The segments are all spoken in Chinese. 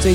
最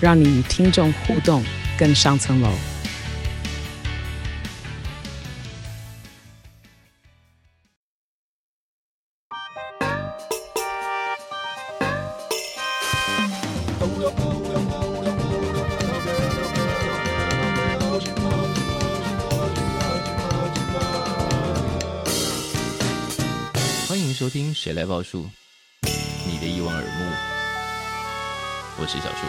让你与听众互动更上层楼。欢迎收听《谁来报数》，你的一望而目，我是小树。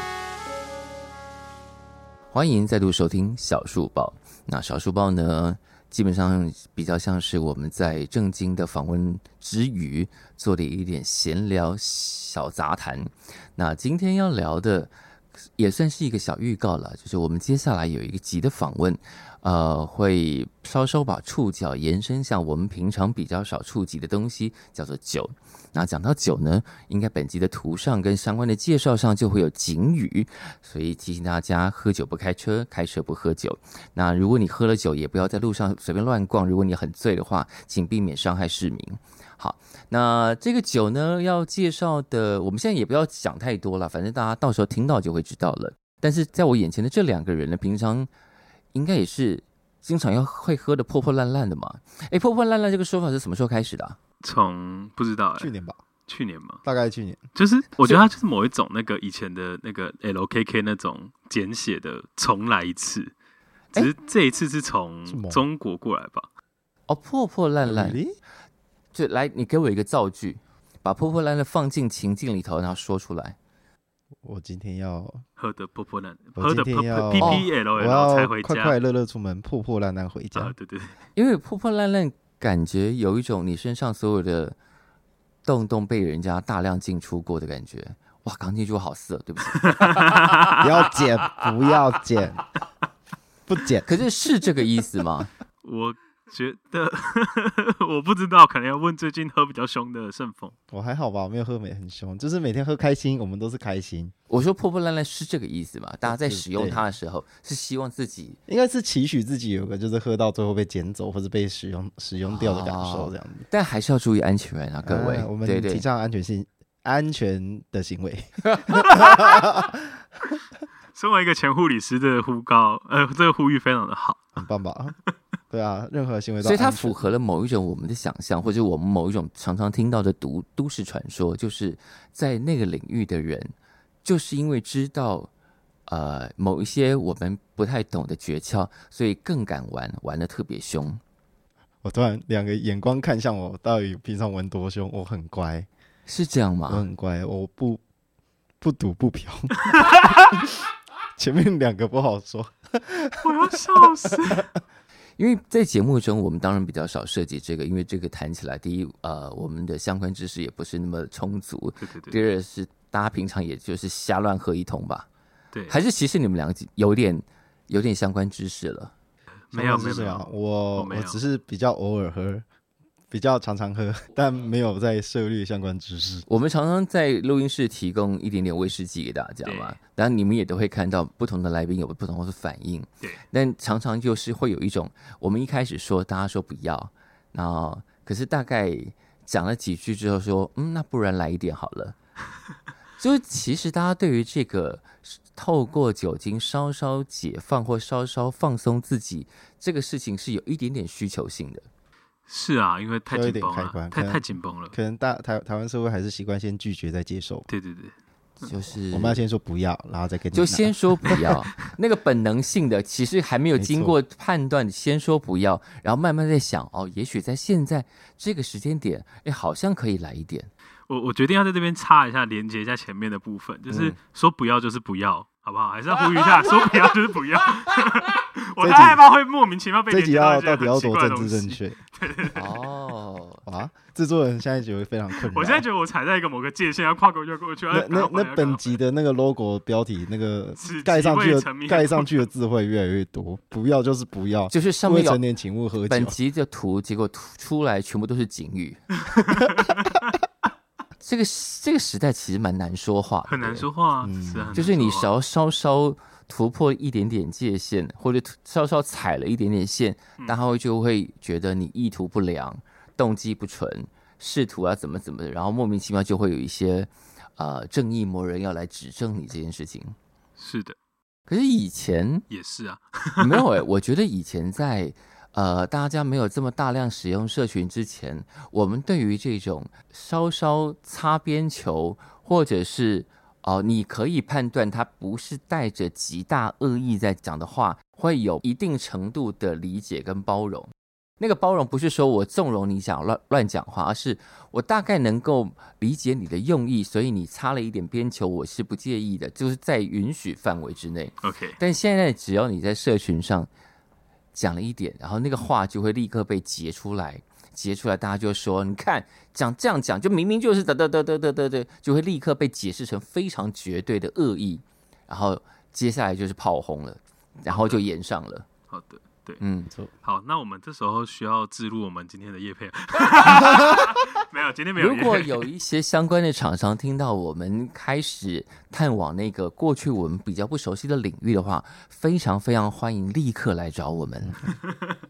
欢迎再度收听小树报。那小树报呢，基本上比较像是我们在正经的访问之余做的一点闲聊小杂谈。那今天要聊的也算是一个小预告了，就是我们接下来有一个集的访问，呃，会稍稍把触角延伸向我们平常比较少触及的东西，叫做酒。那讲到酒呢，应该本集的图上跟相关的介绍上就会有警语，所以提醒大家喝酒不开车，开车不喝酒。那如果你喝了酒，也不要在路上随便乱逛。如果你很醉的话，请避免伤害市民。好，那这个酒呢，要介绍的，我们现在也不要讲太多了，反正大家到时候听到就会知道了。但是在我眼前的这两个人呢，平常应该也是经常要会喝的破破烂烂的嘛。哎，破破烂烂这个说法是什么时候开始的、啊？从不知道哎、去年吧，去年嘛，大概去年。就是我觉得它就是某一种那个以前的那个 LKK 那种简写的重来一次，只是这一次是什从么中国过来吧？哦，破破烂烂， Really？就来你给我一个造句，把破破烂烂放进情境里头，然后说出来。我今天要，喝的破破烂，我喝的今破天要 P 哦 P L 我 L 才要回快家快乐乐出门，破破烂烂回啊！家。对对对，因为破破烂烂感觉有一种你身上所有的洞洞被人家大量进出过的感觉。哇，刚进出好色，对 不起。不 要剪，不要剪，不剪。可是是这个意思吗？我觉得 我不知道，可能要问最近喝比较凶的盛峰。我还好吧，我没有喝没很凶，就是每天喝开心，我们都是开心，我说破破烂烂是这个意思吗？大家在使用对它的时候，是希望自己应该是期许自己有个就是喝到最后被捡走或者被使用使用掉的感哦受这样子。但还是要注意安全啊，各位。啊我们对提对，倡安全性。安全的行为， 身为一个前护理师的呼告，呃，这个呼吁非常的好。很棒吧？对啊，任何行为都所以它安全符合了某一种我们的想象，或者我们某一种常常听到的都都市传说，就是在那个领域的人，就是因为知道呃某一些我们不太懂的诀窍，所以更敢玩，玩的特别凶。我突然两个眼光看向我，到底平常玩多凶？我很乖，是这样我吗？很乖，我不不赌不嫖。 前面两个不好说，我要笑死！因为在节目中，我们当然比较少涉及这个，因为这个谈起来，第一，呃，我们的相关知识也不是那么充足；对对对第二是大家平常也就是瞎乱喝一通吧，对，还是其实你们两个有点有点相关知识了。没有没有没是什么有，我我没有只是比较偶尔喝，比较常常喝，但没有在涉猎相关知识。我们常常在录音室提供一点点威士忌给大家嘛对，然后你们也都会看到不同的来宾有不同的反应。对，但常常就是会有一种，我们一开始说大家说不要，然后可是大概讲了几句之后说，嗯，那不然来一点好 了。就是其实大家对于这个透过酒精稍稍解放或稍稍放松自己这个事情是有一点点需求性的。是啊，因为太有一紧点绷开了，关太可能太紧绷了。可能大台台湾社会还是习惯先拒绝再接受，对对对，就是我们要先说不要，然后再跟你就拿先说不要，那个本能性的，其实还没有经过判断，先说不要，然后慢慢在想哦，也许在现在这个时间点，哎，好像可以来一点。我我决定要在这边插一下，连接一下前面的部分，就是嗯说不要就是不要，好不好？还是要呼吁一 下，说不要就是不要。我这太集害怕会莫名其妙被这连集接到要一些到很底要奇多怪的政东治正西。确 哦，啊？制作人现在觉得非常困扰。我现在觉得我踩在一个某个界限，要跨过越过去。要那那赶快那本集的那个 logo 标题 那个是盖上去几位 的成年盖上去的字汇越来越多，不要就是不要，就是上因为面成有年请勿喝酒本。集的图，结果图出来全部都是警语。这个这个时代其实蛮难说话，很难。说话啊，嗯是啊很难就是你说话只要稍稍突破一点点界限，或者突稍稍踩了一点点线，嗯大家会就会觉得你意图不良、动机不纯、试图啊怎么怎么的，然后莫名其妙就会有一些呃正义魔人要来指证你这件事情。是的，可是以前也是啊， 没有诶、我觉得以前在呃大家没有这么大量使用社群之前，我们对于这种稍稍擦边球，或者是哦、呃你可以判断他不是带着极大恶意在讲的话，会有一定程度的理解跟包容。那个包容不是说我纵容你讲乱乱讲话，而是我大概能够理解你的用意，所以你擦了一点边球，我是不介意的，就是在允许范围之内。 OK，但现在只要你在社群上讲了一点，然后那个话就会立刻被截出来，截出来大家就说：“你看，讲这样讲，就明明就是得得得得得得得，就会立刻被解释成非常绝对的恶意，然后接下来就是炮轰了， 然后就延上了。好的，对，嗯，好，那我们这时候需要置入我们今天的叶配， 没有，今天没有如业配。果有一些相关的厂商听到我们开始探往那个过去我们比较不熟悉的领域的话，非常非常欢迎立刻来找我们。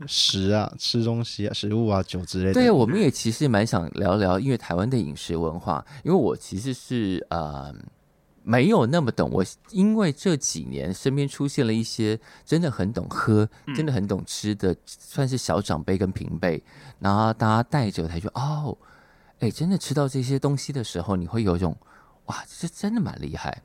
食啊，吃东西啊，食物啊，酒之类的。对，我们也其实蛮想聊聊，因为台湾的饮食文化，因为我其实是呃没有那么懂。我因为这几年身边出现了一些真的很懂喝、真的很懂吃的，算是小长辈跟平辈，然后大家带着我才觉得哦，哎，真的吃到这些东西的时候，你会有一种哇，这真的蛮厉害。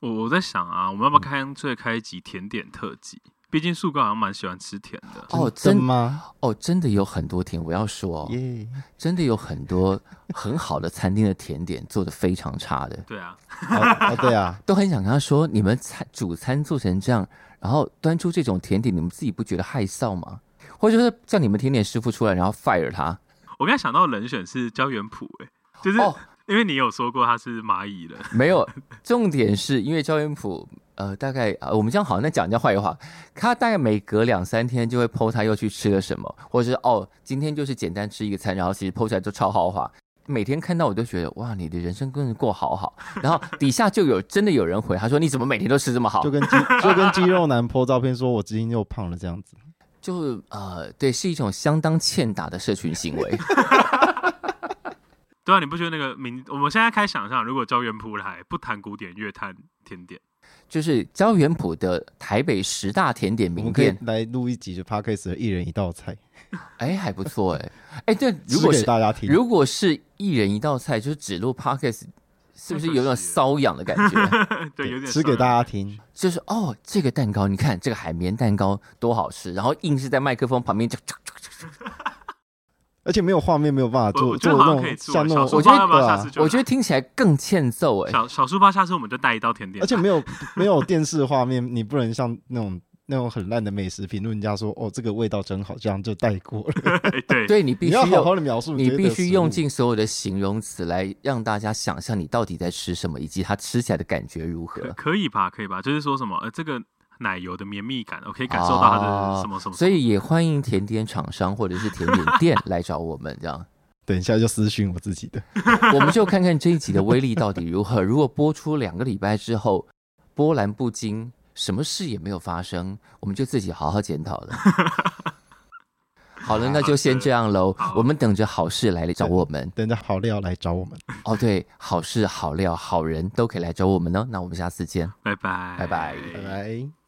我我在想啊，我们要不嗯要干脆开一集甜点特辑？毕竟树哥好像蛮喜欢吃甜的。哦，真真吗？哦，真的有很多甜，我要说、哦，耶，真的有很多很好的餐厅的甜点做的非常差的。对啊，哦哦对啊，都很想跟他说，你们餐主餐做成这样，然后端出这种甜点，你们自己不觉得害臊吗？或者说叫你们甜点师傅出来，然后 fire 他？我刚才想到的人选是焦元溥，哎，就是哦，因为你有说过他是蚂蚁人，没有，重点是因为焦元溥，呃，大概、呃、我们这样好，那讲人家坏话，他大概每隔两三天就会 PO 他又去吃了什么，或者是哦，今天就是简单吃一个餐，然后其实 PO 出来都超豪华。每天看到我都觉得哇，你的人生真的过好好。然后底下就有真的有人回他说你怎么每天都吃这么好就？ 跟肌就跟肌肉男 po 照片说我最近又胖了这样子。就呃，对，是一种相当欠打的社群行为。 对啊，你不觉得那个名？我们现在开始想象，如果焦元溥来，不谈古典乐，谈甜点， 就是焦元溥的台北十大甜点我名们可以店，来录一集就 podcast 的一人一道菜，哎，还不错哎哎，对，吃如果给是大家听。如果是一人一道菜，就是只录 podcast，是不是有太种可惜瘙痒的感觉？ 对，有点吃给大家。家听，就是哦，这个蛋糕，你看这个海绵蛋糕多好吃，然后硬是在麦克风旁边就， 而且没有画面，没有办法我做我觉得那好像可以种做像那种，小我书觉包得要不要对啊下次就来？我觉得听起来更欠揍哎。小小书包下次我们就带一道甜点，而且没有没有电视画面，你不能像那种那种很烂的美食评论家说哦这个味道真好，这样就带过了。哎对，对你必你须要好有，好的描述，你觉得必须食用物尽所有的形容词来让大家想象你到底在吃什么，以及它吃起来的感觉如何可。可以吧？可以吧？就是说什么呃，这个奶油的绵密感，我可以感受到它的哦啊什么什么。所以也欢迎甜点厂商或者是甜点 店来找我们，这样等一下就私讯我自己的。我们就看看这一集的威力到底如何。如果播出两个礼拜之后波澜不惊，什么事也没有发生，我们就自己好好检讨了。好了，那就先这样喽。我们等着好事来找我们等着好料来找我们，哦。对，好事、好料、好人都可以来找我们哦。那我们下次见，拜拜，拜拜。拜拜。